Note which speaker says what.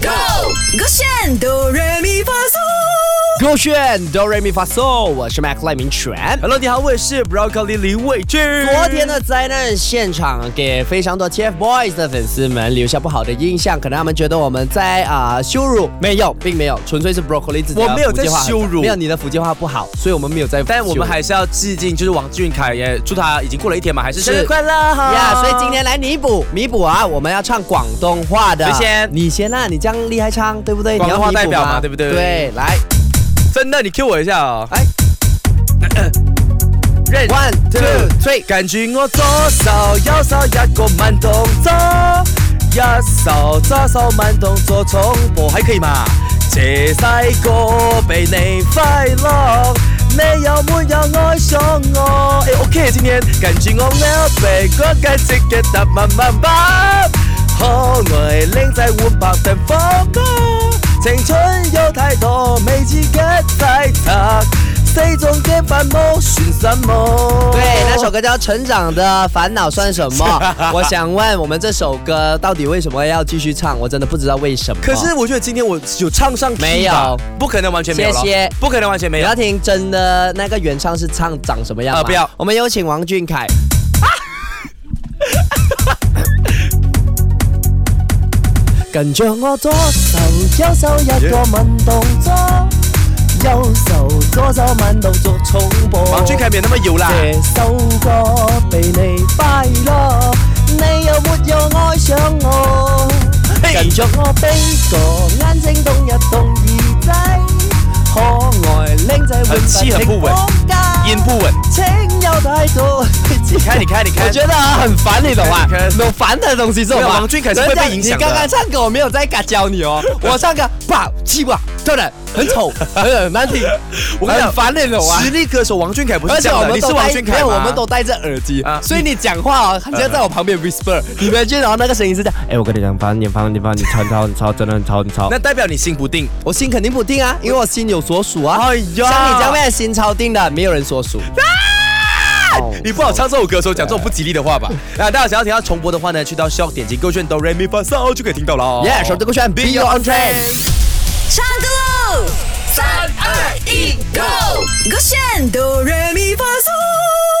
Speaker 1: Go！勾选哆来咪发嗦，
Speaker 2: 勾选哆瑞咪发嗦，我是 Mac 赖明全。
Speaker 3: Hello，你好，我是 Broccoli 李伟俊。
Speaker 2: 昨天的灾难现场给非常多 TFBOYS 的粉丝们留下不好的印象，可能他们觉得我们在啊、羞辱，没有，并没有，纯粹是 Broccoli 自己的
Speaker 3: 我没有在
Speaker 2: 福建话
Speaker 3: 羞辱
Speaker 2: 没有你的福建话不好，所以我们没有在羞辱。
Speaker 3: 但我们还是要致敬，就是王俊凯耶，祝他已经过了一天嘛，还是生日快乐
Speaker 2: 呀啊所以今天来弥补弥补啊，我们要唱广东话的。
Speaker 3: 谁先
Speaker 2: 你先啊，你这样厉害唱，对不对？
Speaker 3: 广东话
Speaker 2: 你要弥补
Speaker 3: 代表嘛对不对
Speaker 2: 对，来
Speaker 3: 真的，你 Q 我一下哦。
Speaker 2: 来
Speaker 3: 认
Speaker 2: ，one two three，
Speaker 3: 跟住我左手右手一個慢動作，一手左手慢動作重播，還可以嘛？斜西個俾你快樂，你有沒有愛上我？誒、OK，今天跟住我撩鼻哥，跟住嘅特慢慢吧，可愛靚仔換白份火歌。青春有太多未知嘅猜測，四種嘅煩惱算什麼？
Speaker 2: 对，那首歌叫《成长的烦恼算什么》。 我想问，我们这首歌到底为什么要继续唱？我真的不知道为什么。
Speaker 3: 可是我觉得今天我有唱上 key 吧
Speaker 2: 哦没有，
Speaker 3: 不可能完全没有了
Speaker 2: 谢谢
Speaker 3: 不可能完全没
Speaker 2: 你
Speaker 3: 有
Speaker 2: 要。听真的那个原唱是唱长什么样吗？
Speaker 3: 呃不要
Speaker 2: 我们有请王 俊凯。跟着我左手右手一個慢動作，右手左手慢動作重播。
Speaker 3: 王俊凯没有那么油啦，
Speaker 2: 这首歌俾你快樂，你有沒有愛上我？
Speaker 3: 嘿
Speaker 2: 跟着我比個眼睛動一動耳仔，可愛靚仔會
Speaker 3: 很氣很不穩音不稳。
Speaker 2: 情有太多。
Speaker 3: 你看，你看，你看，
Speaker 2: 我觉得啊很烦，你懂吗
Speaker 3: 你看？
Speaker 2: 有烦的东西是
Speaker 3: 没有
Speaker 2: 吧？
Speaker 3: 王俊凯是会被影响的
Speaker 2: 人家你刚刚唱歌，我没有在嘎教你 哦，我唱歌吧气吧，对的，很丑，很很难听，
Speaker 3: 我跟你讲
Speaker 2: 很烦你懂吗？
Speaker 3: 实力歌手王俊凯不
Speaker 2: 啊而
Speaker 3: 是这
Speaker 2: 且
Speaker 3: 样
Speaker 2: 我
Speaker 3: 的，
Speaker 2: 们
Speaker 3: 你
Speaker 2: 都
Speaker 3: 是
Speaker 2: 戴
Speaker 3: 王俊
Speaker 2: 没
Speaker 3: 凯
Speaker 2: 有
Speaker 3: 吗
Speaker 2: 我们都戴着耳机
Speaker 3: 啊，
Speaker 2: 所以你讲话哦，好像在我旁边 whisper，你们就然哦后那个声音是这样，
Speaker 4: 哎，我跟你讲，烦你烦你烦你超你超你超，真的很超你超。
Speaker 3: 那代表你心不定。
Speaker 2: 我心肯定不定啊，因为我心有所属啊。
Speaker 3: 哎呀
Speaker 2: 像你这样为了心超定的，没有人所 属。哦
Speaker 3: 你不好唱这首歌的时候讲这种不吉利的 话吧？啊，大家想要听到重播的话呢，去到 s h o p 点击勾选哆 re mi fa so 就可以听到了哦。
Speaker 2: Yeah，手机勾选 Be Your Own Trend。
Speaker 1: 唱歌喽！三二一，Go！勾选哆来咪发嗦。